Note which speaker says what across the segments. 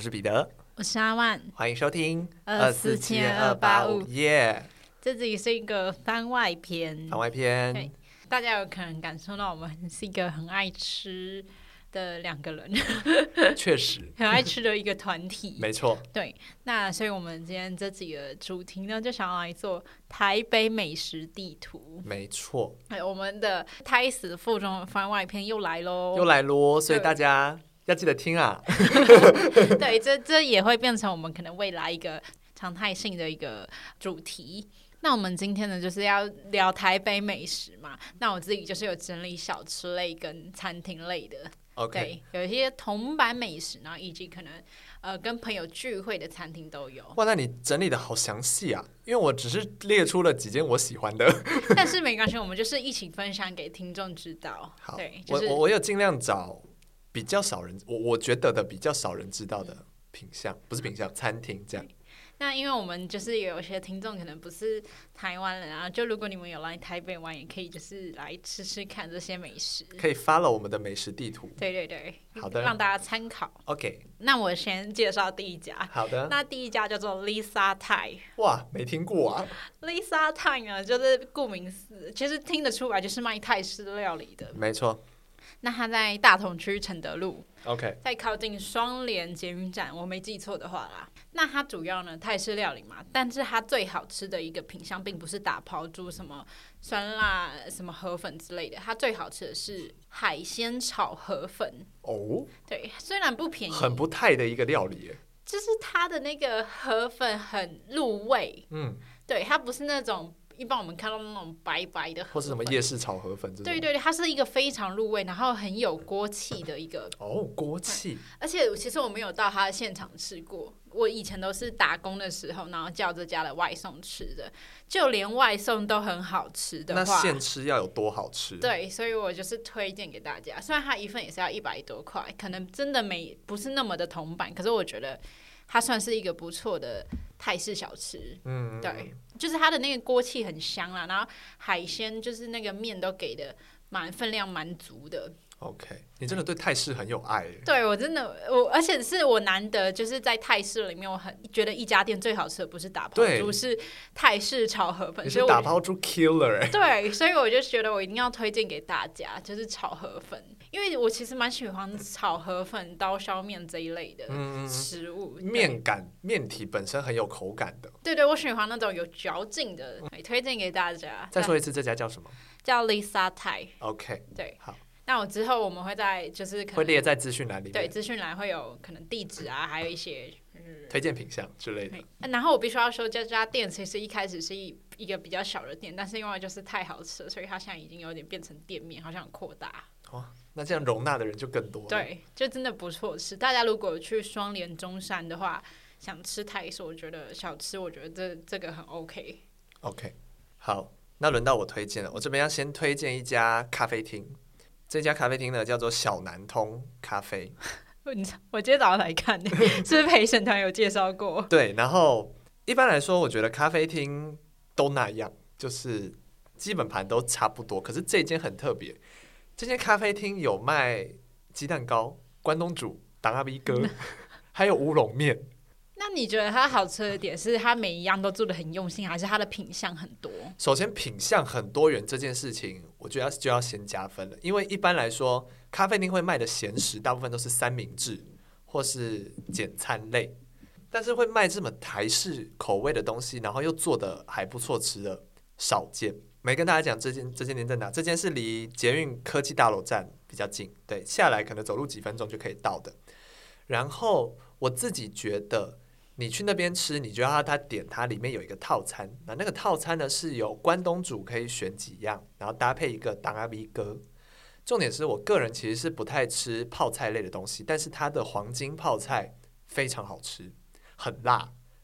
Speaker 1: 是彼得，
Speaker 2: 我是阿万，
Speaker 1: 欢迎收听
Speaker 2: 2472852
Speaker 1: 耶
Speaker 2: 这集是一个番外篇
Speaker 1: 番。外篇
Speaker 2: 对。大家有可能感受到我们是一个很爱吃的两 个人，
Speaker 1: 确实，
Speaker 2: 很爱吃的一个团体。
Speaker 1: 没错，
Speaker 2: 对，那所以我们今天这几个主题呢，就想要来做台北美食地图。
Speaker 1: 没错，
Speaker 2: 哎，我们的胎死腹中的番外篇又来喽，
Speaker 1: 又来咯，所以
Speaker 2: 对
Speaker 1: 大家要记得听啊。
Speaker 2: 对，这这也会变成我们可能未来一个常态性的一个主题。那我们今天呢，就是要聊台北美食嘛。那我自己就是有整理小吃类跟餐厅类的
Speaker 1: OK，。
Speaker 2: 对，有一些同版美食，然后以及可能呃跟朋友聚会的餐厅都有
Speaker 1: 哇，那你整理的好详细啊，因为我只是列出了几间我喜欢的。
Speaker 2: 但是没关系，我们就是一起分享给听众知道。
Speaker 1: 好
Speaker 2: 对，，就
Speaker 1: 我
Speaker 2: 是
Speaker 1: 我我有尽量找比较少人，我我觉得的比较少人知道的品
Speaker 2: 嗯
Speaker 1: 相，不是品相，餐厅这样。
Speaker 2: 那因为我们就是有一些听众可能不是台湾人啊，就如果你们有来台北玩，也可以就是来吃吃看这些美食。
Speaker 1: 可以 follow 我们的美食地图。
Speaker 2: 对对对，
Speaker 1: 好的
Speaker 2: 让大家参考。
Speaker 1: OK，
Speaker 2: 那我先介绍第一家，
Speaker 1: 好的。
Speaker 2: 那第一家叫做 Lisa Thai。
Speaker 1: 哇，没听过啊。
Speaker 2: Lisa Thai 呢，就是顾名思，其实听得出来就是卖泰式料理的。
Speaker 1: 没错。
Speaker 2: 那它在大同区承德路，
Speaker 1: OK，
Speaker 2: 在靠近双连捷运站，我没记错的话啦。那它主要呢泰式料理嘛，但是它最好吃的一个品相并不是打抛猪什么酸辣什么河粉之类的，它最好吃的是海鲜炒河粉。
Speaker 1: 哦，
Speaker 2: 对，虽然不便宜，
Speaker 1: 很不泰的一个料理耶。
Speaker 2: 就是它的那个河粉很入味，
Speaker 1: 嗯，
Speaker 2: 对，它不是那种一般我们看到那种白白的河粉，
Speaker 1: 或是什么夜市炒河粉这种。
Speaker 2: 对对对，它是一个非常入味，然后很有锅气的一个，
Speaker 1: 哦，锅气。
Speaker 2: 而且其实我没有到它的现场吃过，我以前都是打工的时候，然后叫这家的外送吃的，就连外送都很好吃的
Speaker 1: 那
Speaker 2: 话，
Speaker 1: 现吃要有多好吃？，
Speaker 2: 对，所以我就是推荐给大家。虽然它一份也是要一百多块，可能真的没不是那么的铜板，可是我觉得它算是一个不错的泰式小吃。
Speaker 1: 嗯，
Speaker 2: 对，就是它的那个锅气很香啦，然后海鲜就是那个面都给的蛮分量蛮足的。
Speaker 1: OK，你真的对泰式很有爱耶。
Speaker 2: 对我真的我，而且是我难得就是在泰式里面，我很觉得一家店最好吃的不是打抛
Speaker 1: 对
Speaker 2: 猪，是泰式炒河粉，
Speaker 1: 你
Speaker 2: 所
Speaker 1: 是
Speaker 2: 以我
Speaker 1: 打抛猪 killer 哎。
Speaker 2: 对，所以我就觉得我一定要推荐给大家，就是炒河粉，因为我其实蛮喜欢炒河粉、刀削面这一类的
Speaker 1: 嗯，
Speaker 2: 食物。对
Speaker 1: 面感面体本身很有口感的。
Speaker 2: 对对，我喜欢那种有嚼劲的，对推荐给大家。
Speaker 1: 嗯再说一次，这家叫什么
Speaker 2: 叫 Lisa Tai，
Speaker 1: ？OK，
Speaker 2: 对，
Speaker 1: 好，
Speaker 2: 那我之后我们会在就是可
Speaker 1: 会
Speaker 2: 能
Speaker 1: 列在资讯栏里
Speaker 2: 对
Speaker 1: 面，
Speaker 2: 资讯栏会有可能地址啊，还有一些。
Speaker 1: 推荐品相之类的。
Speaker 2: 嗯然后我必须要说，这家店其实一开始是一一个比较小的店，但是因为就是太好吃了，所以它现在已经有点变成店面，好像有扩大。
Speaker 1: 那这样容纳的人就更多了。，
Speaker 2: 对，就真的不错吃。大家如果去双连中山的话，想吃泰式，我觉得小吃，我觉得这这个很 OK。
Speaker 1: OK，好，那轮到我推荐了。我这边要先推荐一家咖啡厅，这家咖啡厅呢叫做小南通咖啡。
Speaker 2: 你知我今天早上来 看的，是不是陪审团有介绍过？
Speaker 1: 对，然后一般来说，我觉得咖啡厅都那样，就是基本盘都差不多。可是这间很特别，这间咖啡厅有卖鸡蛋糕、关东煮、党阿 B 哥，还有乌龙面。
Speaker 2: 那你觉得它好吃的点是它每一样都做的很用心，还是它的品相很多？
Speaker 1: 首先，品相很多元这件事情，我觉得就要先加分了，因为一般来说，咖啡厅会卖的咸食大部分都是三明治或是简餐类，但是会卖这么台式口味的东西，然后又做的还不错吃的少见。没跟大家讲这间这间店在哪？这间是离捷运科技大楼站比较近，对，下来可能走路几分钟就可以到的。然后我自己觉得，你去那边吃，你就要他点它里面有一个套餐，那那个套餐呢是有关东煮可以选几样，然后搭配一个当阿 B 哥。重点是我个人其实是不太吃泡菜类的东西，但是它的黄金泡菜非常好吃，很辣，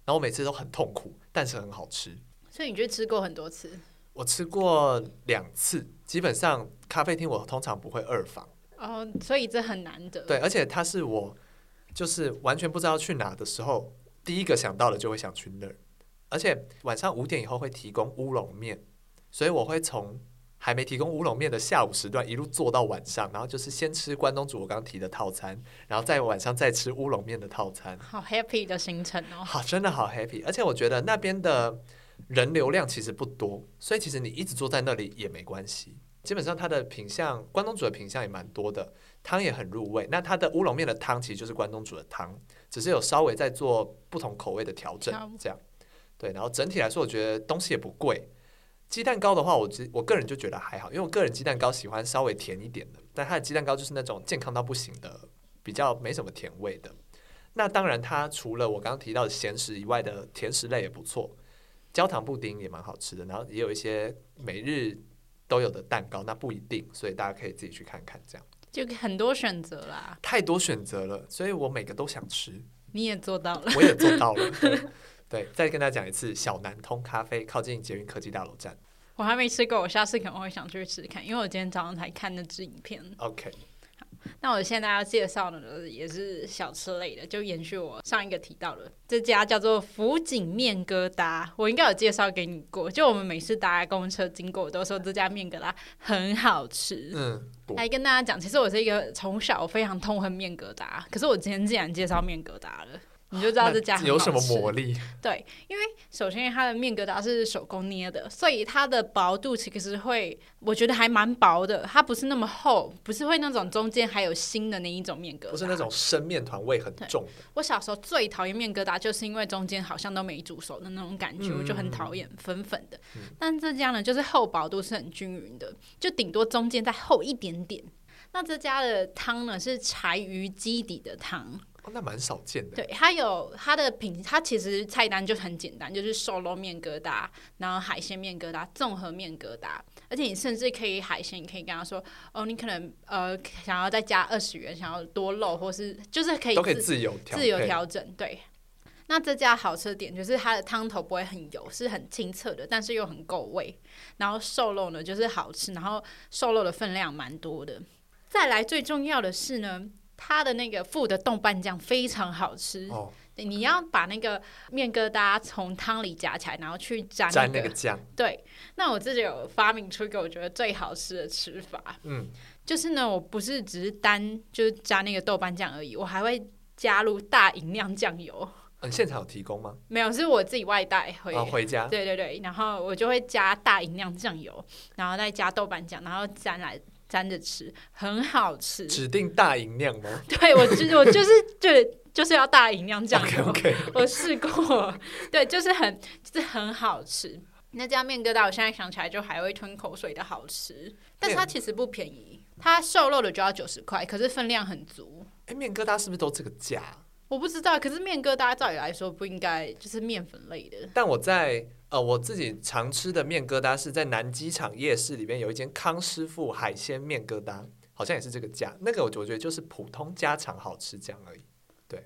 Speaker 1: 然后我每次都很痛苦，但是很好吃。
Speaker 2: 所以你就吃过很多次
Speaker 1: 我吃过两次，基本上咖啡厅我通常不会二访。
Speaker 2: 哦所以这很难得。
Speaker 1: 对，而且它是我就是完全不知道去哪的时候，第一个想到的就会想去那儿。而且晚上五点以后会提供乌龙面，所以我会从还没提供乌龙面的下午时段，一路做到晚上，然后就是先吃关东煮我刚刚提的套餐，然后在晚上再吃乌龙面的套餐，
Speaker 2: 好 happy 的行程哦。
Speaker 1: 好，真的好 happy。而且我觉得那边的人流量其实不多，所以其实你一直坐在那里也没关系。基本上它的品相，关东煮的品相也蛮多的，汤也很入味。那它的乌龙面的汤其实就是关东煮的汤，只是有稍微在做不同口味的调整
Speaker 2: 调，
Speaker 1: 这样。对，然后整体来说，我觉得东西也不贵。鸡蛋糕的话，我只我个人就觉得还好，因为我个人鸡蛋糕喜欢稍微甜一点的，但它的鸡蛋糕就是那种健康到不行的，比较没什么甜味的。那当然，它除了我刚刚提到的咸食以外的甜食类也不错，焦糖布丁也蛮好吃的，然后也有一些每日都有的蛋糕，那不一定，所以大家可以自己去看看。这样
Speaker 2: 就很多选择啦，
Speaker 1: 太多选择了，所以我每个都想吃，
Speaker 2: 你也做到了。
Speaker 1: 我也做到 了。对对，再跟大家讲一次，小南通咖啡靠近捷运科技大楼站。
Speaker 2: 我还没吃过，我下次可能会想去试试看，因为我今天早上才看那支影片。
Speaker 1: OK，
Speaker 2: 那我现在要介绍的呢，也是小吃类的，就延续我上一个提到的，这家叫做福井面疙瘩，我应该有介绍给你过。就我们每次搭公车经过，我都说这家面疙瘩很好吃。
Speaker 1: 嗯，果
Speaker 2: 来跟大家讲，其实我是一个从小非常痛恨面疙瘩，可是我今天竟然介绍面疙瘩 了，你就知道这家
Speaker 1: 那
Speaker 2: 很
Speaker 1: 有什么
Speaker 2: 好吃
Speaker 1: 魔力？
Speaker 2: 对，因为首先它的面疙瘩是手工捏的，所以它的薄度其实会，我觉得还蛮薄的，它不是那么厚，不是会那种中间还有芯的那一种面疙瘩。
Speaker 1: 不是那种生面团味很重的。
Speaker 2: 我小时候最讨厌面疙瘩，就是因为中间好像都没煮熟的那种感觉，
Speaker 1: 嗯
Speaker 2: 我就很讨厌粉粉的。但这家呢，就是厚薄度是很均匀的，就顶多中间再厚一点点。那这家的汤呢是柴鱼基底的汤，
Speaker 1: 哦，那蛮少见的。
Speaker 2: 对，它有它的品，它其实菜单就很简单，就是瘦肉面疙瘩，然后海鲜面疙瘩、综合面疙瘩，而且你甚至可以海鲜，你可以跟他说，哦，你可能呃想要再加二十元，想要多肉，或是就是可以
Speaker 1: 都可以
Speaker 2: 自
Speaker 1: 自由调
Speaker 2: 自由
Speaker 1: 配
Speaker 2: 调整，对。那这家好吃的点就是它的汤头不会很油，是很清澈的，但是又很够味。然后瘦肉呢就是好吃，然后瘦肉的分量蛮多的。再来最重要的是呢，它的那个附的豆瓣酱非常好吃。
Speaker 1: 哦，
Speaker 2: 对你要把那个面疙瘩从汤里夹起来，然后去沾
Speaker 1: 沾
Speaker 2: 那
Speaker 1: 那
Speaker 2: 个
Speaker 1: 个酱，
Speaker 2: 对，那我自己有发明出一个我觉得最好吃的吃法，
Speaker 1: 嗯，
Speaker 2: 就是呢，我不是只是单就是加那个豆瓣酱而已，我还会加入大饮量酱油，
Speaker 1: 嗯，现场有提供吗？
Speaker 2: 没有是我自己外带回。
Speaker 1: 哦，回家。
Speaker 2: 对对对，然后我就会加大饮量酱油，然后再加豆瓣酱，然后沾来沾着吃，很好吃。
Speaker 1: 指定大饮量吗
Speaker 2: 对我就是我就是对就是要大饮量酱
Speaker 1: ？OK
Speaker 2: 油。
Speaker 1: OK，
Speaker 2: 我试过，对，就是很就是很好吃。那家面疙瘩，我现在想起来就还会吞口水的好吃，但是它其实不便宜，它瘦肉的就要九十块，可是分量很足。
Speaker 1: 哎，面疙瘩是不是都这个价？啊
Speaker 2: 我不知道，可是面疙瘩照理来说不应该就是面粉类的，
Speaker 1: 但我在呃我自己常吃的面疙瘩是在南机场夜市里面有一间康师傅海鲜面疙瘩，好像也是这个价。那个我觉得就是普通家常好吃这样而已。对，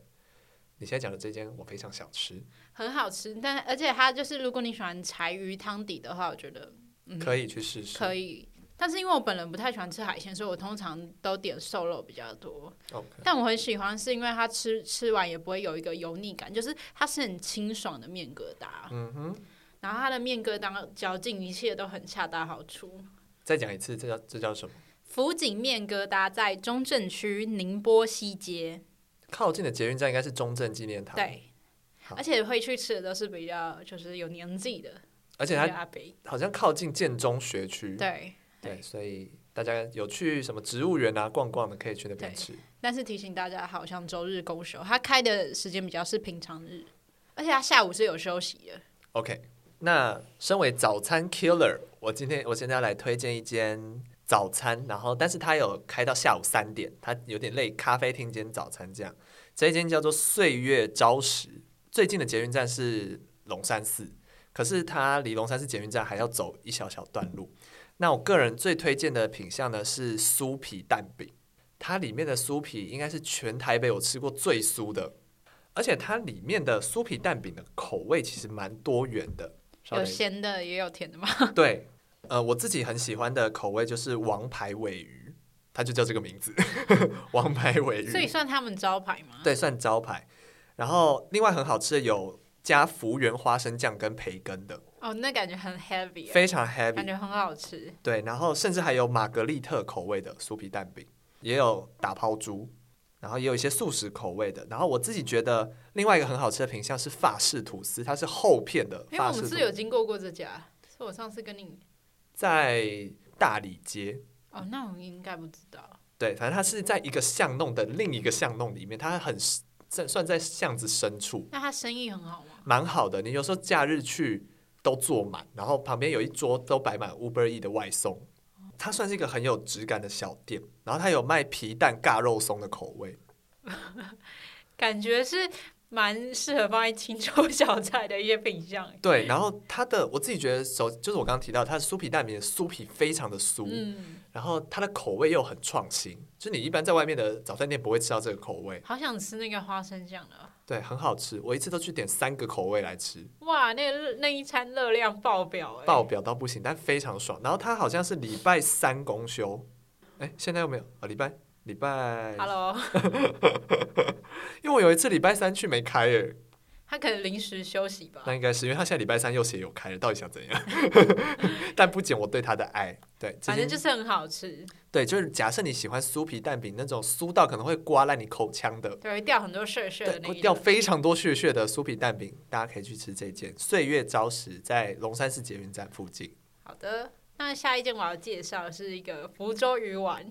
Speaker 1: 你现在讲的这间我非常想吃，
Speaker 2: 很好吃。但而且它就是如果你喜欢柴鱼汤底的话，我觉得嗯
Speaker 1: 可以去试试。
Speaker 2: 可以。但是因为我本人不太喜欢吃海鲜，所以我通常都点瘦肉比较多。
Speaker 1: OK，
Speaker 2: 但我很喜欢，是因为它吃吃完也不会有一个油腻感，就是它是很清爽的面疙瘩，
Speaker 1: 嗯哼，
Speaker 2: 然后它的面疙瘩嚼劲一切都很恰到好处。
Speaker 1: 再讲一次，这叫这叫什么？
Speaker 2: 福井面疙瘩在中正区宁波西街，
Speaker 1: 靠近的捷运站应该是中正纪念堂。，
Speaker 2: 对，
Speaker 1: 好
Speaker 2: 而且会去吃的都是比较就是有年纪的，
Speaker 1: 而且
Speaker 2: 比
Speaker 1: 它
Speaker 2: 较阿伯
Speaker 1: 好像靠近建中学区。
Speaker 2: 啊对。
Speaker 1: 对，所以大家有去什么植物园啊逛逛的，可以去那边
Speaker 2: 对
Speaker 1: 吃。
Speaker 2: 但是提醒大家，好像周日公休，它开的时间比较是平常日，而且它下午是有休息的。
Speaker 1: OK，那身为早餐 killer，我今天我现在要来推荐一间早餐，然后但是它有开到下午三点，它有点类咖啡厅兼早餐这样。这一间叫做岁月朝食，最近的捷运站是龙山寺，可是它离龙山寺捷运站还要走一小小段路。那我个人最推荐的品相呢是酥皮蛋饼，它里面的酥皮应该是全台北我吃过最酥的，而且它里面的酥皮蛋饼的口味其实蛮多元的。稍
Speaker 2: 有
Speaker 1: 等一下
Speaker 2: 咸的也有甜的嘛，
Speaker 1: 对，呃，我自己很喜欢的口味就是王牌尾鱼，它就叫这个名字， 王牌尾鱼。
Speaker 2: 所以算他们招牌吗？
Speaker 1: 对，算招牌。然后另外很好吃的有加福源花生酱跟培根的，
Speaker 2: 哦，那感觉很 heavy，欸
Speaker 1: 非常
Speaker 2: 感
Speaker 1: heavy。
Speaker 2: 觉很好吃。
Speaker 1: 对，然后甚至还有玛格丽特口味的酥皮蛋饼，也有打抛猪，然后也有一些素食口味的。然后我自己觉得另外一个很好吃的品相是法式吐司，它是厚片的
Speaker 2: 因为
Speaker 1: 法
Speaker 2: 我
Speaker 1: 式
Speaker 2: 们
Speaker 1: 吐
Speaker 2: 是有
Speaker 1: 司，
Speaker 2: 经过过这家，是我上次跟你
Speaker 1: 在大理街。
Speaker 2: 哦，那我应该不知道。
Speaker 1: 对，反正它是在一个巷弄的另一个巷弄里面，它很算算在巷子深处，
Speaker 2: 那他生意很好吗？
Speaker 1: 蛮好的。你有时候假日去都坐满，然后旁边有一桌都摆满 Uber E 的外送，它算是一个很有质感的小店。然后它有卖皮蛋尬肉松的口味，
Speaker 2: 感觉是蛮适合放在青州小菜的一些品相欸。
Speaker 1: 对。然后它的我自己觉得首就是我刚刚提到它的酥皮蛋饼，酥皮非常的酥，
Speaker 2: 嗯，
Speaker 1: 然后它的口味又很创新，就是你一般在外面的早餐店不会吃到这个口味，
Speaker 2: 好想吃那个花生酱的哦。
Speaker 1: 对，很好吃。我一次都去点三个口味来吃。
Speaker 2: 哇，那个那一餐热量爆表哎、
Speaker 1: 爆表到不行，但非常爽。然后他好像是礼拜三公休，哎，现在又没有啊，礼拜礼拜
Speaker 2: Hello，
Speaker 1: 因为我有一次礼拜三去没开耶，
Speaker 2: 他可能临时休息吧。
Speaker 1: 那应该是因为他现在礼拜三又写有开了，到底想怎样？ 但不减我对他的爱，对，
Speaker 2: 反正就是是很好吃，
Speaker 1: 对，就是假设你喜欢酥皮蛋饼那种酥到可能会刮烂你口腔的，
Speaker 2: 对，会掉很多屑屑的
Speaker 1: 对，
Speaker 2: 那
Speaker 1: 会
Speaker 2: 一
Speaker 1: 掉
Speaker 2: 种。
Speaker 1: 非常多屑屑的酥皮蛋饼，大家可以去吃这间岁月朝食，在龙山寺捷运站附近。
Speaker 2: 好的，那下一件我要介绍的是一个福州鱼 丸，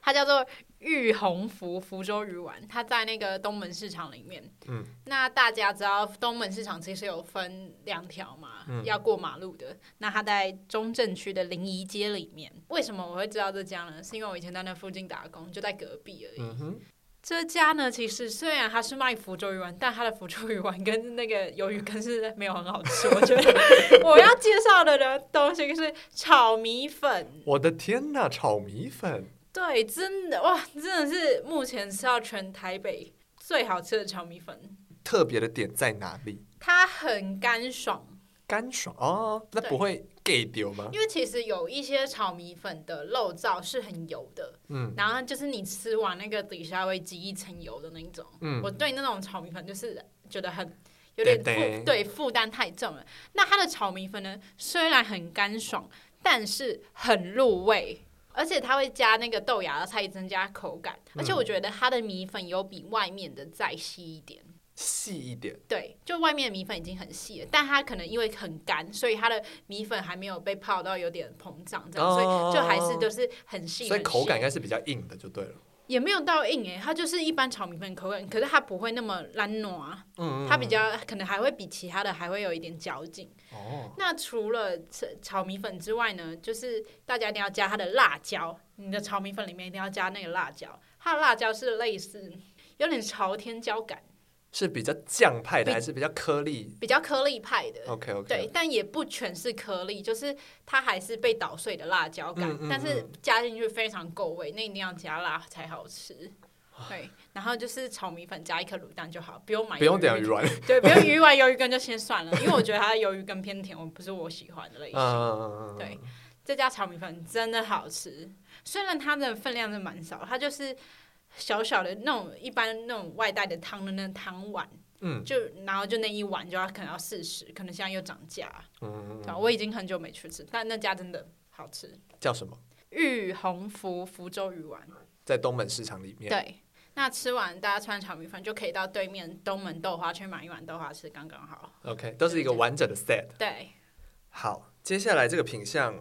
Speaker 2: 它叫做玉鸿福福州鱼丸，它在那个东门市场里面。
Speaker 1: 嗯，
Speaker 2: 那大家知道东门市场其实有分两条嘛，
Speaker 1: 嗯
Speaker 2: 要过马路的。那它在中正区的临沂街里面。为什么我会知道这家呢？是因为我以前在那附近打工，就在隔壁而已。
Speaker 1: 嗯哼，
Speaker 2: 这家呢，其实虽然它是卖福州鱼丸，但它的福州鱼丸跟那个鱿鱼羹是没有很好吃。我觉得 我要介绍的呢，东西是炒米粉，
Speaker 1: 我的天呐，炒米粉！
Speaker 2: 对，真的哇，真的是目前吃到全台北最好吃的炒米粉，
Speaker 1: 特别的点在哪里？
Speaker 2: 它很干爽。
Speaker 1: 干爽哦，那
Speaker 2: 对
Speaker 1: 不会 gay 丢吗？
Speaker 2: 因为其实有一些炒米粉的肉燥是很油的，
Speaker 1: 嗯
Speaker 2: 然后就是你吃完那个底下会积一层油的那一种。
Speaker 1: 嗯，
Speaker 2: 我对那种炒米粉就是觉得很有点负
Speaker 1: 对对
Speaker 2: 对负担太重了。那它的炒米粉呢，虽然很干爽，但是很入味，而且它会加那个豆芽菜增加口感，而
Speaker 1: 嗯
Speaker 2: 且我觉得它的米粉有比外面的再细一点。
Speaker 1: 细一点，
Speaker 2: 对，就外面的米粉已经很细了，但它可能因为很干，所以它的米粉还没有被泡到有点膨胀，这样，所以就还是就是很细，
Speaker 1: 哦所以
Speaker 2: 很
Speaker 1: 口
Speaker 2: 细
Speaker 1: 感应该是比较硬的，就对了。
Speaker 2: 也没有到硬诶、欸它就是一般炒米粉口感，可是它不会那么烂糯啊。
Speaker 1: 嗯，嗯
Speaker 2: 它比较可能还会比其他的还会有一点嚼劲。
Speaker 1: 嗯哦，
Speaker 2: 那除了炒炒米粉之外呢，就是大家一定要加它的辣椒，你的炒米粉里面一定要加那个辣椒。它的辣椒是类似有点朝天椒感，
Speaker 1: 是比较酱派的，
Speaker 2: 比
Speaker 1: 还是比较颗粒
Speaker 2: 比较颗粒派的。
Speaker 1: ？OK OK，
Speaker 2: 对，但也不全是颗粒，就是它还是被捣碎的辣椒感，
Speaker 1: 嗯嗯
Speaker 2: 但是
Speaker 1: 嗯
Speaker 2: 加进去非常够味，那一定要加辣才好吃。 对，然后就是炒米粉加一颗卤蛋就好，不用买
Speaker 1: 不用
Speaker 2: 鱿鱼
Speaker 1: 点鱼丸。
Speaker 2: 对，不 用鱼丸鱿鱼羹就先算了，因为我觉得它的鱿鱼羹偏甜，我不是我喜欢的类
Speaker 1: 嗯
Speaker 2: 型。
Speaker 1: 嗯嗯，嗯
Speaker 2: 对， 这家炒米粉真的好吃，虽然它的分量是蛮少，它就是小小的那种一般那种外带的汤的那汤碗，
Speaker 1: 嗯
Speaker 2: 就然后就那一碗就要可能要四十，可能现在又涨价，
Speaker 1: 嗯嗯
Speaker 2: 对
Speaker 1: 嗯
Speaker 2: 吧、
Speaker 1: 嗯，
Speaker 2: 我已经很久没去吃，但那家真的好吃，
Speaker 1: 叫什么？
Speaker 2: 玉鸿福福州鱼丸。
Speaker 1: 在东门市场里面，
Speaker 2: 对，那吃完大家穿炒米粉就可以到对面东门豆花去买一碗豆花吃，刚刚好。
Speaker 1: ，OK，都是一个完整的 set。
Speaker 2: 对，
Speaker 1: 好，接下来这个品相，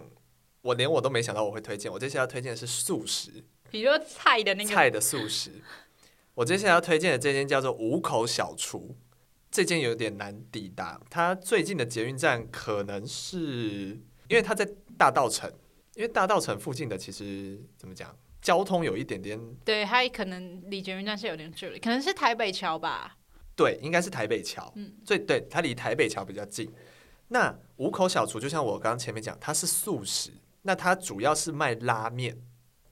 Speaker 1: 我连我都没想到我会推荐，我接下来要推荐的是素食。
Speaker 2: 比如说菜的那个
Speaker 1: 菜的素食。我接下来要推荐的这间叫做五口小厨，这间有点难抵达，它最近的捷运站可能是因为它在大道城，因为大道城附近的其实怎么讲，交通有一点点
Speaker 2: 对，它可能离捷运站是有点距离，可能是台北桥吧。
Speaker 1: 对，应该是台北桥，
Speaker 2: 嗯
Speaker 1: 最对，它离台北桥比较近。那五口小厨就像我刚刚前面讲，它是素食，那它主要是卖拉面，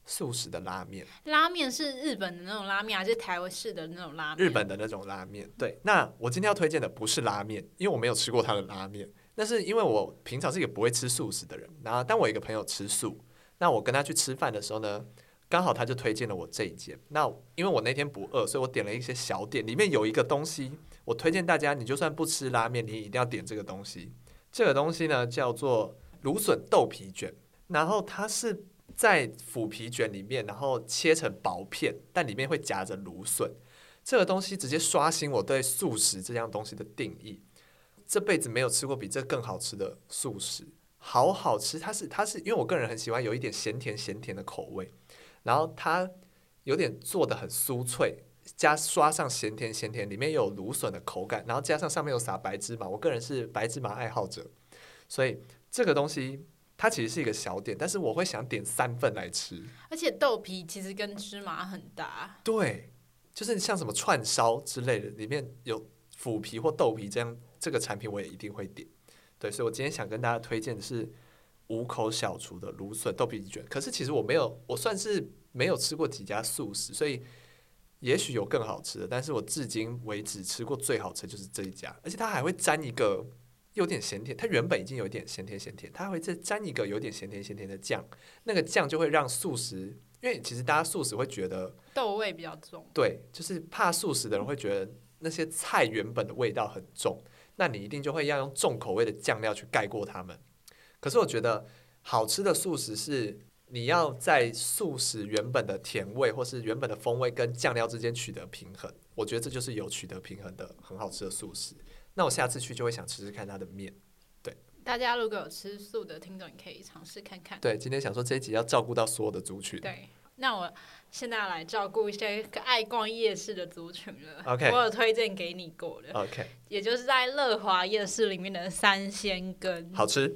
Speaker 1: 素食的拉面。
Speaker 2: 拉面是日本的那种拉面，还是台湾式的那种拉面？
Speaker 1: 日本的那种拉面。对，那我今天要推荐的不是拉面，因为我没有吃过它的拉面。那是因为我平常是一个不会吃素食的人，然后但我有一个朋友吃素，那我跟他去吃饭的时候呢，刚好他就推荐了我这一间。那因为我那天不饿，所以我点了一些小点，里面有一个东西我推荐大家，你就算不吃拉面，你一定要点这个东西。这个东西呢叫做芦笋豆皮卷，然后它是在腐皮卷里面，然后切成薄片，但里面会夹着芦笋。这个东西直接刷新我对素食这样东西的定义。这辈子没有吃过比这更好吃的素食，好好吃！它是它是因为我个人很喜欢有一点咸甜咸甜的口味，然后它有点做的很酥脆，加刷上咸甜咸甜，里面有芦笋的口感，然后加上上面有撒白芝麻。我个人是白芝麻爱好者，所以这个东西它其实是一个小点，但是我会想点三份来吃。
Speaker 2: 而且豆皮其实跟芝麻很搭，
Speaker 1: 对，就是像什么串烧之类的，里面有腐皮或豆皮这样，这个产品我也一定会点。对，所以我今天想跟大家推荐的是五口小厨的芦笋豆皮卷。可是其实我没有，我算是没有吃过几家素食，所以也许有更好吃的，但是我至今为止吃过最好吃就是这一家，而且它还会沾一个有点咸甜，它原本已经有一点咸甜咸甜，它还会再沾一个有点咸甜咸甜的酱，那个酱就会让素食，因为其实大家素食会觉得。
Speaker 2: 豆味比较重。
Speaker 1: 对，就是怕素食的人会觉得那些菜原本的味道很重，那你一定就会要用重口味的酱料去盖过它们。可是我觉得好吃的素食是你要在素食原本的甜味或是原本的风味跟酱料之间取得平衡，我觉得这就是有取得平衡的很好吃的素食。那我下次去就会想吃吃看它的面。
Speaker 2: 大家如果有吃素的听众，你可以尝试看看。
Speaker 1: 对，今天想说这一集要照顾到所有的族群。
Speaker 2: 对，那我现在来照顾一些爱逛夜市的族群了。
Speaker 1: OK
Speaker 2: 我有推荐给你过的，
Speaker 1: OK，
Speaker 2: 也就是在乐华夜市里面的三鲜羹。
Speaker 1: 好吃。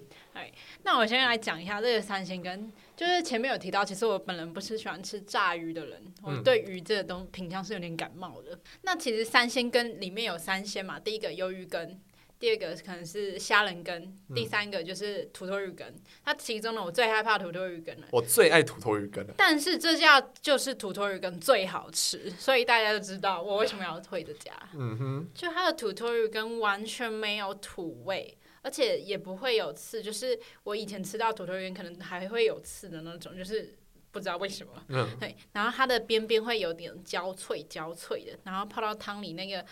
Speaker 2: 那我先来讲一下这个三鲜羹，就是前面有提到，其实我本人不是喜欢吃炸鱼的人，我
Speaker 1: 嗯
Speaker 2: 对鱼这个东品相是有点感冒的。那其实三鲜羹里面有三鲜嘛，第一个鱿鱼羹。第二个可能是虾仁羹，
Speaker 1: 嗯
Speaker 2: 第三个就是土豆鱼羹。那其中呢，我最害怕土豆鱼羹了。
Speaker 1: 我最爱土豆鱼羹了。
Speaker 2: 但是这家就是土托鱼羹最好吃，所以大家就知道我为什么要推这家。
Speaker 1: 嗯哼，
Speaker 2: 就它的土托鱼羹完全没有土味，而且也不会有刺。就是我以前吃到土托鱼羹可能还会有刺的那种，就是不知道为什么。
Speaker 1: 嗯，
Speaker 2: 对，然后它的边边会有点焦脆焦脆的，然后泡到汤里那个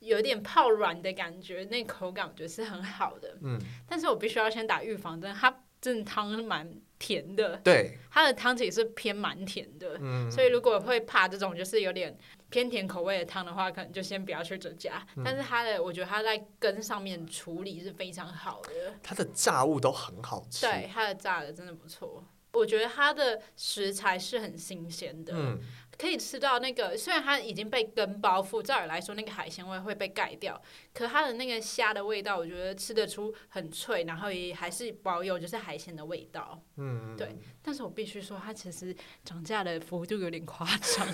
Speaker 2: 有点泡软的感觉，那口感我觉得是很好的。
Speaker 1: 嗯，
Speaker 2: 但是我必须要先打预防针，它真的汤蛮甜的，
Speaker 1: 对，
Speaker 2: 它的汤其实是偏蛮甜的。
Speaker 1: 嗯，
Speaker 2: 所以如果会怕这种就是有点偏甜口味的汤的话，可能就先不要去这家。
Speaker 1: 嗯
Speaker 2: 但是它的，我觉得它在根上面处理是非常好的，
Speaker 1: 它的炸物都很好吃。
Speaker 2: 对它的炸的真的不错。我觉得它的食材是很新鲜的，
Speaker 1: 嗯，
Speaker 2: 可以吃到那个虽然它已经被根包覆，照理来说那个海鲜味会被盖掉，可它的那个虾的味道，我觉得吃得出很脆，然后也还是保有就是海鲜的味道。
Speaker 1: 嗯，
Speaker 2: 对，但是我必须说，它其实涨价的幅度有点夸张。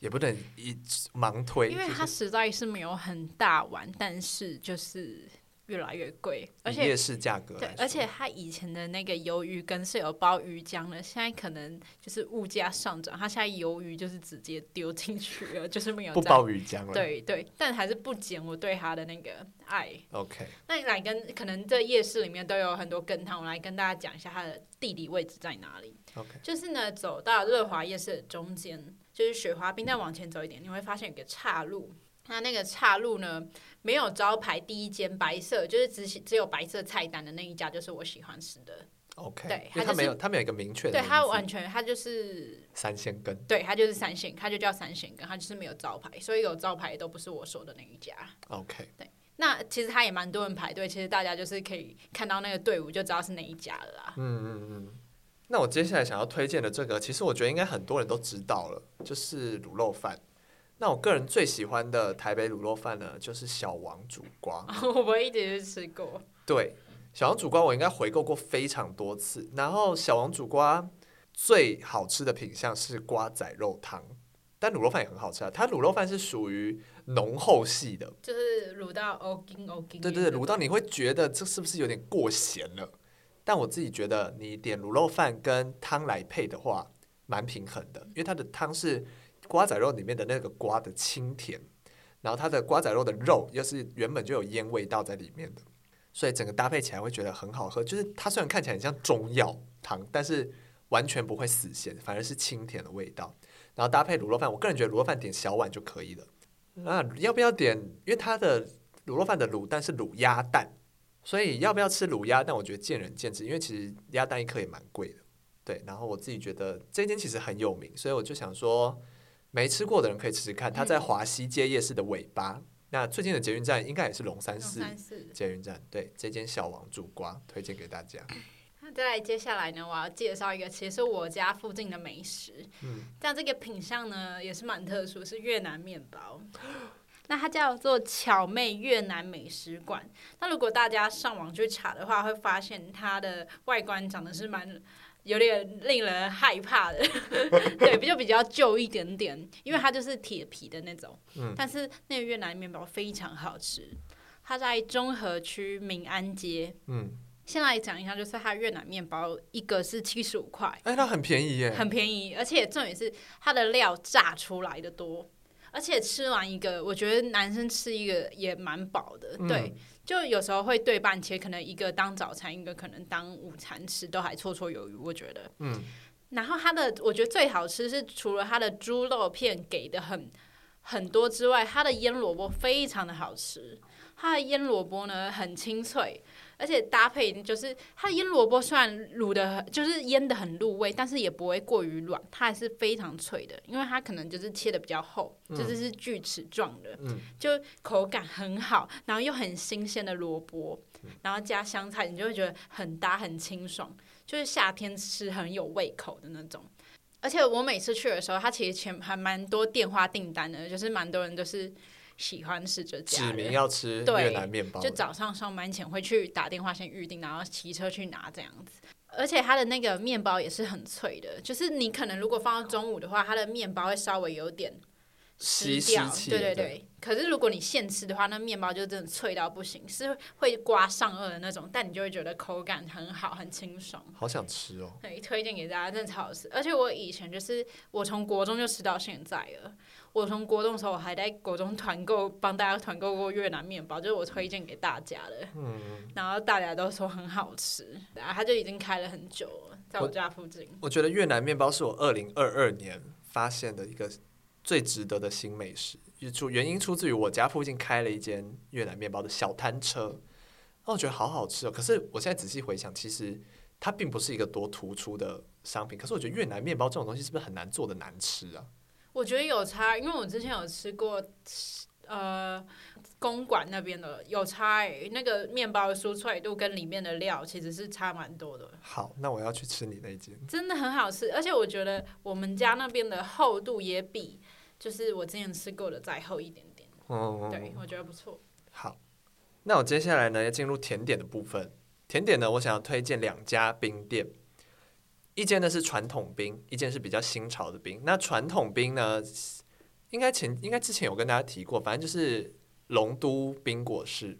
Speaker 1: 也不能一直盲推，
Speaker 2: 因为
Speaker 1: 就是
Speaker 2: 它实在是没有很大碗，但是就是越来越贵，而
Speaker 1: 以
Speaker 2: 且
Speaker 1: 夜市价格
Speaker 2: 对
Speaker 1: 来，说，
Speaker 2: 而且它以前的那个鱿鱼羹是有包鱼浆的，现在可能就是物价上涨，它现在鱿鱼就是直接丢进去了，就是没有
Speaker 1: 不
Speaker 2: 再
Speaker 1: 包鱼浆了。
Speaker 2: 对对，但还是不减我对它的那个爱。
Speaker 1: ，OK，
Speaker 2: 那你来跟可能这夜市里面都有很多羹汤，我来跟大家讲一下它的地理位置在哪里。
Speaker 1: OK
Speaker 2: 就是呢，走到乐华夜市的中间，就是雪花冰，再往前走一点，你会发现有个岔路。那那个岔路呢，没有招牌，第一间白色，就是只只有白色菜单的那一家，就是我喜欢吃的。
Speaker 1: OK，
Speaker 2: 对
Speaker 1: 因为它
Speaker 2: 它就是
Speaker 1: 没有，它没有一个明确的
Speaker 2: 对，
Speaker 1: 名字，
Speaker 2: 它完全，它就是
Speaker 1: 三鲜羹。
Speaker 2: 对，它就是三线，它就叫三线羹，它就是没有招牌，所以有招牌都不是我说的那一家。
Speaker 1: OK，
Speaker 2: 那其实它也蛮多人排队，其实大家就是可以看到那个队伍就知道是哪一家了啦。
Speaker 1: 嗯嗯嗯。那我接下来想要推荐的这个，其实我觉得应该很多人都知道了，就是卤肉饭。那我个人最喜欢的台北卤肉饭呢，就是小王煮瓜。
Speaker 2: 我不会一直去吃过，
Speaker 1: 对，小王煮瓜我应该回购过非常多次。然后小王煮瓜最好吃的品相是瓜仔肉汤，但卤肉饭也很好吃啊。它卤肉饭是属于浓厚系的，
Speaker 2: 就是卤到欧金欧金。
Speaker 1: 对对对，卤到你会觉得这是不是有点过咸了？但我自己觉得你点卤肉饭跟汤来配的话，蛮平衡的，因为它的汤是瓜仔肉里面的那个瓜的清甜，然后它的瓜仔肉的肉又是原本就有烟味道在里面的，所以整个搭配起来会觉得很好喝。就是它虽然看起来很像中药汤，但是完全不会死咸，反而是清甜的味道。然后搭配卤肉饭，我个人觉得卤肉饭点小碗就可以了。那要不要点？因为它的卤肉饭的卤蛋是卤鸭蛋，所以要不要吃卤鸭蛋，我觉得见仁见智。因为其实鸭蛋一颗也蛮贵的，对。然后我自己觉得这间其实很有名，所以我就想说，没吃过的人可以吃吃看。它在华西街夜市的尾巴，那最近的捷运站应该也是龙山
Speaker 2: 用
Speaker 1: 寺
Speaker 2: 三四。
Speaker 1: 捷运站，对。这间小王煮瓜推荐给大家。
Speaker 2: 那再来，接下来呢，我要介绍一个，其实是我家附近的美食。
Speaker 1: 嗯，
Speaker 2: 但这个品相呢也是蛮特殊，是越南面包。 那它叫做巧妹越南美食馆。那如果大家上网去查的话，会发现它的外观长得是蛮有点令人害怕的， 对，比较比较旧一点点，因为它就是铁皮的那种。
Speaker 1: 嗯
Speaker 2: 但是那个越南面包非常好吃，它在中和区民安街。
Speaker 1: 嗯，
Speaker 2: 先来讲一下，就是它越南面包一个是七十五块，
Speaker 1: 哎，它很便宜耶。
Speaker 2: 很便宜，而且重点是它的料炸出来的多，而且吃完一个，我觉得男生吃一个也蛮饱的，
Speaker 1: 嗯
Speaker 2: 对，就有时候会对半切，可能一个当早餐，一个可能当午餐吃，都还绰绰有余，我觉得。
Speaker 1: 嗯，
Speaker 2: 然后它的我觉得最好吃是除了它的猪肉片给的很很多之外，它的腌萝卜非常的好吃。它的腌萝卜呢很清脆，而且搭配就是它的腌萝卜虽然卤的就是腌的很入味，但是也不会过于软，它还是非常脆的，因为它可能就是切的比较厚，就是是锯齿状的，
Speaker 1: 嗯
Speaker 2: 就口感很好，然后又很新鲜的萝卜，然后加香菜，你就会觉得很搭很清爽。就是夏天吃很有胃口的那种。而且我每次去的时候，它其实前还蛮多电话订单的，就是蛮多人都是喜欢吃这家
Speaker 1: 指明
Speaker 2: 的。
Speaker 1: 要吃
Speaker 2: 对
Speaker 1: 越南面包
Speaker 2: 就
Speaker 1: 了，
Speaker 2: 早上上班前会去打电话先预定，然后骑车去拿这样子。而且它的那个面包也是很脆的，就是你可能如果放到中午的话，它的面包会稍微有点
Speaker 1: 西
Speaker 2: 湿掉
Speaker 1: 式气，
Speaker 2: 对对，对。可是如果你现吃的话，那面包就真的脆到不行，是会刮上颚的那种，但你就会觉得口感很好，很清爽。
Speaker 1: 好想吃哦。
Speaker 2: 对，推荐给大家，真的超好吃。而且我以前就是我从国中就吃到现在了。我从国中的时候，我还在国中团购帮大家团购过越南面包，就是我推荐给大家的。
Speaker 1: 嗯，
Speaker 2: 然后大家都说很好吃，然后它就已经开了很久了，在我家附近。
Speaker 1: 我觉得越南面包是我二零二二年发现的一个最值得的新美食，也出原因出自于我家附近开了一间越南面包的小摊车，那我觉得好好吃哦。可是我现在仔细回想，其实它并不是一个多突出的商品。可是我觉得越南面包这种东西是不是很难做的难吃啊？
Speaker 2: 我觉得有差，因为我之前有吃过，呃，公馆那边的有差、欸，那个面包的酥脆度跟里面的料其实是差蛮多的。
Speaker 1: 好，那我要去吃你那一间。
Speaker 2: 真的很好吃，而且我觉得我们家那边的厚度也比就是我之前吃过的再厚一点点，
Speaker 1: 嗯，
Speaker 2: 对我觉得不错。
Speaker 1: 好，那我接下来呢要进入甜点的部分。甜点呢，我想要推荐两家冰店，一间呢是传统冰，一间是比较新潮的冰。那传统冰呢，应该前应该之前有跟大家提过，反正就是龙都冰果室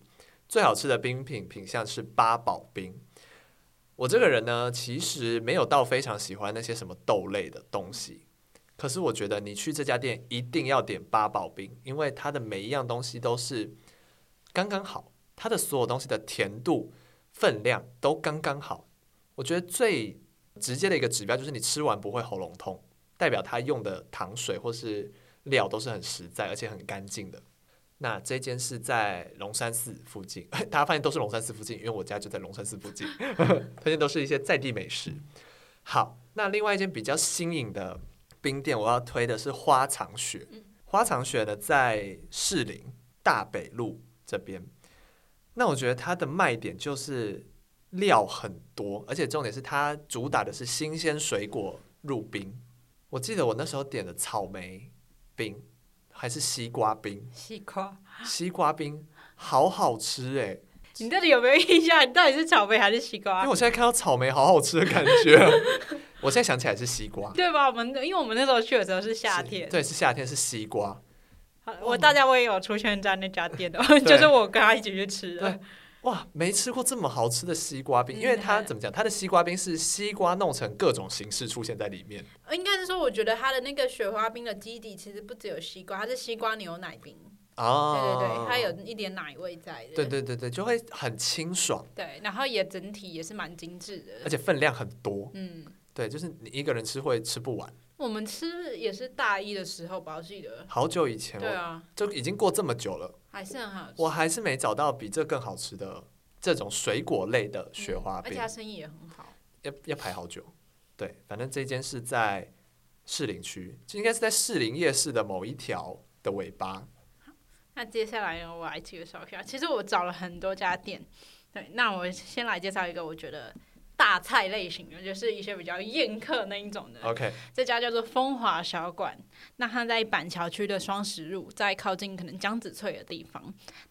Speaker 1: 最好吃的冰品品相是八宝冰。我这个人呢，其实没有到非常喜欢那些什么豆类的东西，可是我觉得你去这家店一定要点八宝冰，因为它的每一样东西都是刚刚好，它的所有东西的甜度、分量都刚刚好。我觉得最直接的一个指标就是你吃完不会喉咙痛，代表它用的糖水或是料都是很实在而且很干净的。那这间是在龙山寺附近， 大家发现都是龙山寺附近，因为我家就在龙山寺附近， 推荐都是一些在地美食。好，那另外一间比较新颖的冰店，我要推的是花长雪。花长雪呢，在士林大北路这边。那我觉得它的卖点就是料很多，而且重点是它主打的是新鲜水果入冰。我记得我那时候点的草莓冰还是西瓜冰，
Speaker 2: 西瓜，
Speaker 1: 西瓜冰好好吃诶、
Speaker 2: 你到底有没有印象？你到底是草莓还是西
Speaker 1: 因为
Speaker 2: 瓜？
Speaker 1: 我现在看到草莓好好吃的感觉 啊，我现在想起来是西瓜。
Speaker 2: 对吧？我们因为我们那时候去的时候是夏
Speaker 1: 是
Speaker 2: 天，
Speaker 1: 对，是夏天，是西瓜。
Speaker 2: 好我大家我也有出现在那家 店的，就是我跟他一起去吃的
Speaker 1: 对。哇，没吃过这么好吃的西瓜冰，因为它
Speaker 2: 嗯
Speaker 1: 怎么讲，它的西瓜冰是西瓜弄成各种形式出现在里面。
Speaker 2: 应该是说，我觉得它的那个雪花冰的基底其实不只有西瓜，它是西瓜牛奶冰，对
Speaker 1: 哦，
Speaker 2: 对对，它有呃一点奶味在的。
Speaker 1: 对对对对，就会很清爽，
Speaker 2: 对，然后也整体也是蛮精致的
Speaker 1: 而。且分量很多。
Speaker 2: 嗯，
Speaker 1: 对，就是你一个人吃会吃不完。
Speaker 2: 我们吃也是大一的时候吧，我记得。
Speaker 1: 好久以前，
Speaker 2: 对
Speaker 1: 哎我
Speaker 2: 啊，
Speaker 1: 就已经过这么久了，
Speaker 2: 还是很好吃。
Speaker 1: 我还是没找到比这更好吃的这种水果类的雪花
Speaker 2: 嗯而且
Speaker 1: 冰，
Speaker 2: 它生意也很好。
Speaker 1: 要要排好久。对，反正这间是在士林区，就应该是在士林夜市的某一条的尾巴。
Speaker 2: 那接下来呢，我来介绍一下。啊其实我找了很多家店，对，那我先来介绍一个我觉得大菜类型的，就是一些比较宴客那一种的。
Speaker 1: OK，
Speaker 2: 这家叫做风华小馆，那它在板桥区的双十路，在靠近可能江子翠的地方。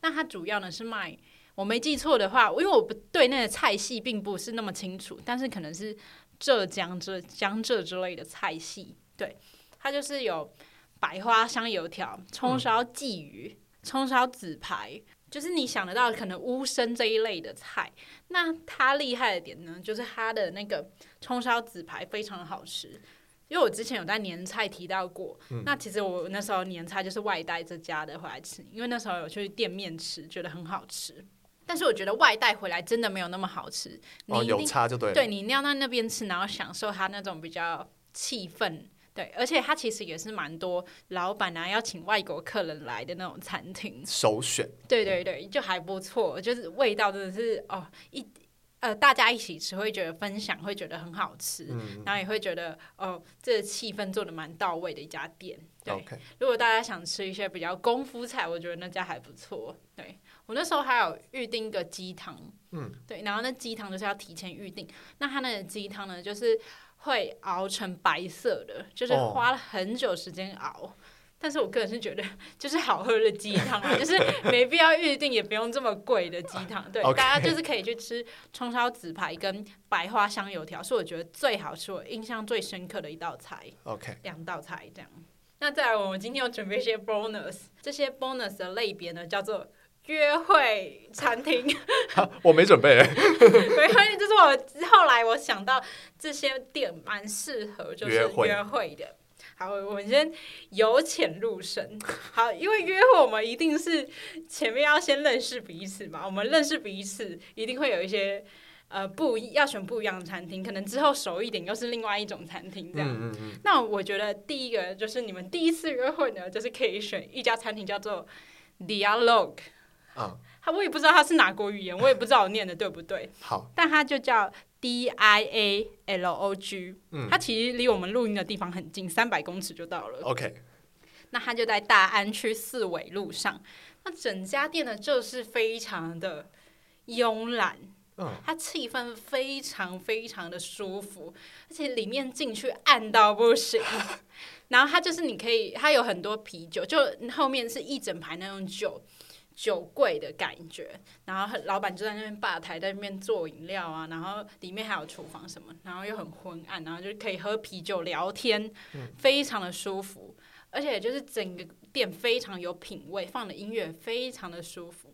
Speaker 2: 那它主要呢是卖，我没记错的话，因为我不对那个菜系并不是那么清楚，但是可能是浙江浙江浙之类的菜系。对，它就是有百花香油条、葱烧鲫鱼、葱烧紫排。就是你想得到可能乌参这一类的菜，那它厉害的点呢，就是它的那个葱烧紫排非常好吃，因为我之前有在年菜提到过，
Speaker 1: 嗯
Speaker 2: 那其实我那时候年菜就是外带这家的回来吃，因为那时候有去店面吃，觉得很好吃。但是我觉得外带回来真的没有那么好吃，你
Speaker 1: 哦，
Speaker 2: 一定
Speaker 1: 有差就对了。
Speaker 2: 对你一定要在那边吃，然后享受它那种比较气氛。对，而且它其实也是蛮多老板啊要请外国客人来的那种餐厅。
Speaker 1: 首选，
Speaker 2: 对对对，就还不错，就是味道真的是哦一呃大家一起吃会觉得分享，会觉得很好吃，
Speaker 1: 嗯
Speaker 2: 然后也会觉得哦这气氛做的蛮到位的一家店。对，
Speaker 1: ，OK，
Speaker 2: 如果大家想吃一些比较功夫菜，我觉得那家还不错。对我那时候还有预定一个鸡汤，
Speaker 1: 嗯，
Speaker 2: 对，然后那鸡汤就是要提前预定。那它那个鸡汤呢，就是会熬成白色的，就是
Speaker 1: 哦
Speaker 2: 花了很久时间熬。但是我个人是觉得，就是好喝的鸡汤啊，就是没必要预定，也不用这么贵的鸡汤。对
Speaker 1: OK
Speaker 2: 大家就是可以去吃葱烧紫排跟白花香油条，是我觉得最好吃、我印象最深刻的一道菜。
Speaker 1: OK，
Speaker 2: 两道菜这样。那再来，我们今天有准备一些 bonus，这些 bonus 的类别呢叫做约会餐厅，
Speaker 1: 我没准备，
Speaker 2: 没关系，这是我后来我想到这些店蛮适合就是
Speaker 1: 约会
Speaker 2: 约会的。好，我们先由浅入深。好，因为约会我们一定是前面要先认识彼此嘛，我们认识彼此一定会有一些呃不一要选不一样的餐厅，可能之后熟一点又是另外一种餐厅 这样。
Speaker 1: 嗯嗯嗯，
Speaker 2: 那我觉得第一个就是你们第一次约会呢，就是可以选一家餐厅叫做 Dialogue，
Speaker 1: 嗯，
Speaker 2: 它我也不知道它是哪国语言，我也不知道我念的对不对，
Speaker 1: 好，
Speaker 2: 但它就叫 D I A L O G，
Speaker 1: 嗯
Speaker 2: 它其实离我们录音的地方很近，三百公尺就到了。
Speaker 1: ，OK，
Speaker 2: 那它就在大安区四纬路上，那整家店呢就是非常的慵懒，
Speaker 1: 嗯，
Speaker 2: 它气氛非常非常的舒服，而且里面进去暗到不行。然后它就是你可以，它有很多啤酒，就后面是一整排那种酒酒柜的感觉。然后很老板就在那边吧台在那边做饮料啊，然后里面还有厨房什么，然后又很昏暗，然后就可以喝啤酒聊天，非常的舒服。而且就是整个店非常有品味，放的音乐非常的舒服。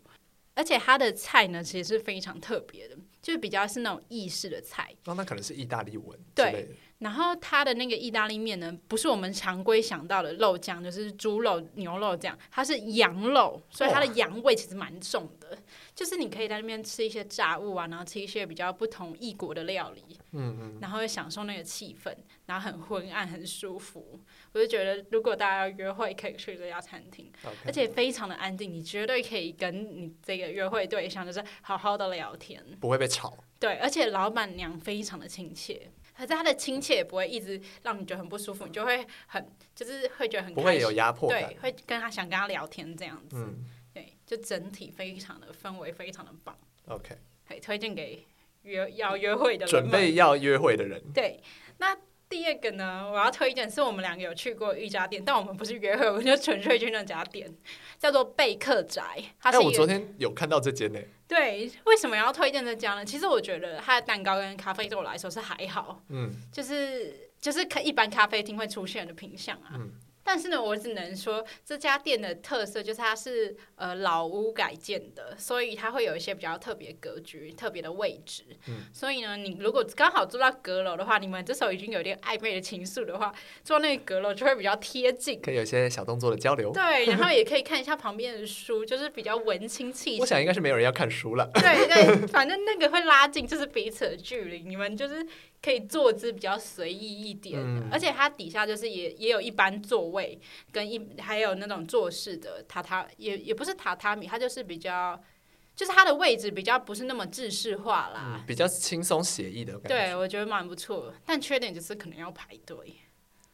Speaker 2: 而且它的菜呢，其实是非常特别的，就是比较是那种意式的菜。
Speaker 1: 哦那那可能是意大利文之
Speaker 2: 对
Speaker 1: 类的，
Speaker 2: 然后它的那个意大利面呢，不是我们常规想到的肉酱，就是猪肉、牛肉这样，它是羊肉，所以它的羊味其实蛮重的。就是你可以在那边吃一些炸物啊，然后吃一些比较不同异国的料理，
Speaker 1: 嗯嗯，
Speaker 2: 然后又享受那个气氛，然后很昏暗、很舒服。我就觉得，如果大家要约会，可以去这家餐厅。而
Speaker 1: OK，
Speaker 2: 且非常的安静，你绝对可以跟你这个约会对象就是好好的聊天。
Speaker 1: 不会被吵，
Speaker 2: 对，而且老板娘非常的亲切，可是她的亲切也不会一直让你觉得很不舒服，你就会很就是会觉得很
Speaker 1: 不
Speaker 2: 开
Speaker 1: 会
Speaker 2: 心
Speaker 1: 有，压迫感
Speaker 2: 对，，会跟她想跟她聊天这样子。
Speaker 1: 嗯
Speaker 2: 对，就整体非常的氛围非常的棒，
Speaker 1: ，OK，
Speaker 2: 可以推荐给约要约会的人
Speaker 1: 准
Speaker 2: 们
Speaker 1: 备要约会的人，
Speaker 2: 对，那第二个呢，我要推荐是我们两个有去过一家店，但我们不是约会，我们就纯粹去那家店，叫做贝克宅。它
Speaker 1: 哎，
Speaker 2: 是一
Speaker 1: 我
Speaker 2: 个、
Speaker 1: 昨天有看到这间呢，
Speaker 2: 对，为什么要推荐这家呢？其实我觉得它的蛋糕跟咖啡对我来说是还好，
Speaker 1: 嗯
Speaker 2: 就是就是可一般咖啡厅会出现的品相啊。
Speaker 1: 嗯
Speaker 2: 但是呢，我只能说这家店的特色就是它是呃老屋改建的，所以它会有一些比较特别格局、特别的位置。
Speaker 1: 嗯
Speaker 2: 所以呢，你如果刚好住到阁楼的话，你们这时候已经有点暧昧的情愫的话，住到那个阁楼就会比较贴近。
Speaker 1: 可以有一些小动作的交流。
Speaker 2: 对，然后也可以看一下旁边的书，就是比较文 青气
Speaker 1: 我
Speaker 2: 息。
Speaker 1: 想应该是没有人要看书 了。
Speaker 2: 对对，反正那个会拉近就是彼此的距离，你们就是可以坐姿比较随意一点，
Speaker 1: 嗯
Speaker 2: 而且它底下就是也也有一般座位跟一还有那种坐式的榻榻，也也不是榻榻米，它就是比较就是它的位置比较不是那么制式化啦。
Speaker 1: 嗯，比较轻松写意的感
Speaker 2: 对，我觉得蛮不错，但缺点就是可能要排队。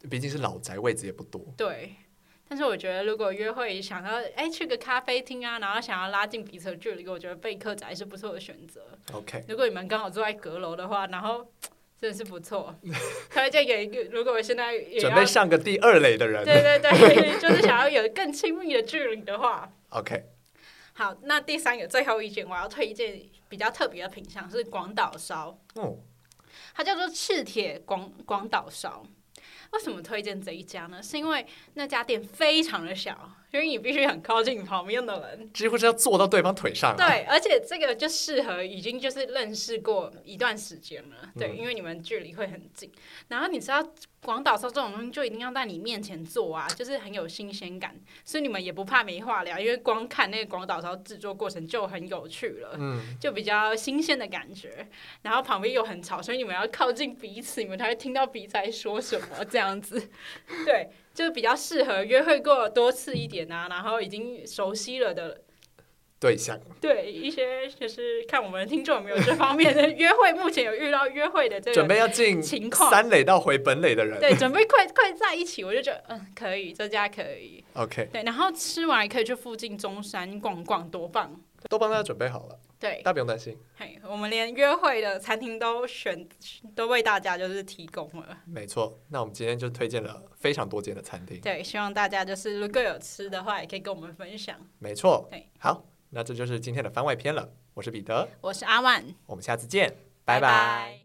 Speaker 1: 觉，毕竟是老宅，位置也不多。
Speaker 2: 对，但是我觉得如果约会想要哎去个咖啡厅啊，然后想要拉近彼此的距离，我觉得贝克宅是不错的选择。
Speaker 1: OK，
Speaker 2: 如果你们刚好住在阁楼的话，然后真的是 不错，推荐给一个如果我现在也
Speaker 1: 准
Speaker 2: 要
Speaker 1: 备 上个第二类的
Speaker 2: 对
Speaker 1: 人。
Speaker 2: 对对， 就是想要有更亲密的距离的话。
Speaker 1: OK，
Speaker 2: 好，那第三个最后一件，我要推荐比较特别的品相是广岛烧，
Speaker 1: 哦，
Speaker 2: 它叫做赤铁广广岛烧。为什么推荐这一家呢？是因为那家店非常的小，所以你必须很靠近旁边的人，
Speaker 1: 几乎是要坐到对方腿 上、啊。，
Speaker 2: 对，而且这个就适合已经就是认识过一段时间了，对，
Speaker 1: 嗯
Speaker 2: 因为你们距离会很近。然后你知道广岛烧这种东西就一定要在你面前做啊，就是很有新鲜感，所以你们也不怕没话聊，因为光看那个广岛烧制作过程就很有趣了。
Speaker 1: 嗯，
Speaker 2: 就比较新鲜的感觉，然后旁边又很吵，所以你们要靠近彼此，你们才会听到彼此在说什么这样子。 对，就是比较适合约会过多次一点啊，然后已经熟悉了的
Speaker 1: 对象
Speaker 2: 对一些就是看我们听众有没有这方面的 约会，目前有遇到约会的这
Speaker 1: 准
Speaker 2: 个。
Speaker 1: 备要进
Speaker 2: 情况
Speaker 1: 三垒到回本垒的人。
Speaker 2: 对，准备快快在一起，我就觉得嗯，可以，这家可以。
Speaker 1: OK，
Speaker 2: 对，然后吃完可以去附近中山逛逛，多棒！
Speaker 1: 都帮大家准备好了，
Speaker 2: 对
Speaker 1: 大，家不用担心。
Speaker 2: 嘿，我们连约会的餐厅都选，都为大家就是提供了。
Speaker 1: 没错，那我们今天就推荐了非常多间的餐厅。
Speaker 2: 对，希望大家就是如果有吃的话，也可以跟我们分享。
Speaker 1: 没错
Speaker 2: 对，
Speaker 1: 好，那这就是今天的番外篇了。我是彼得，
Speaker 2: 我是阿万，
Speaker 1: 我们下次见，拜拜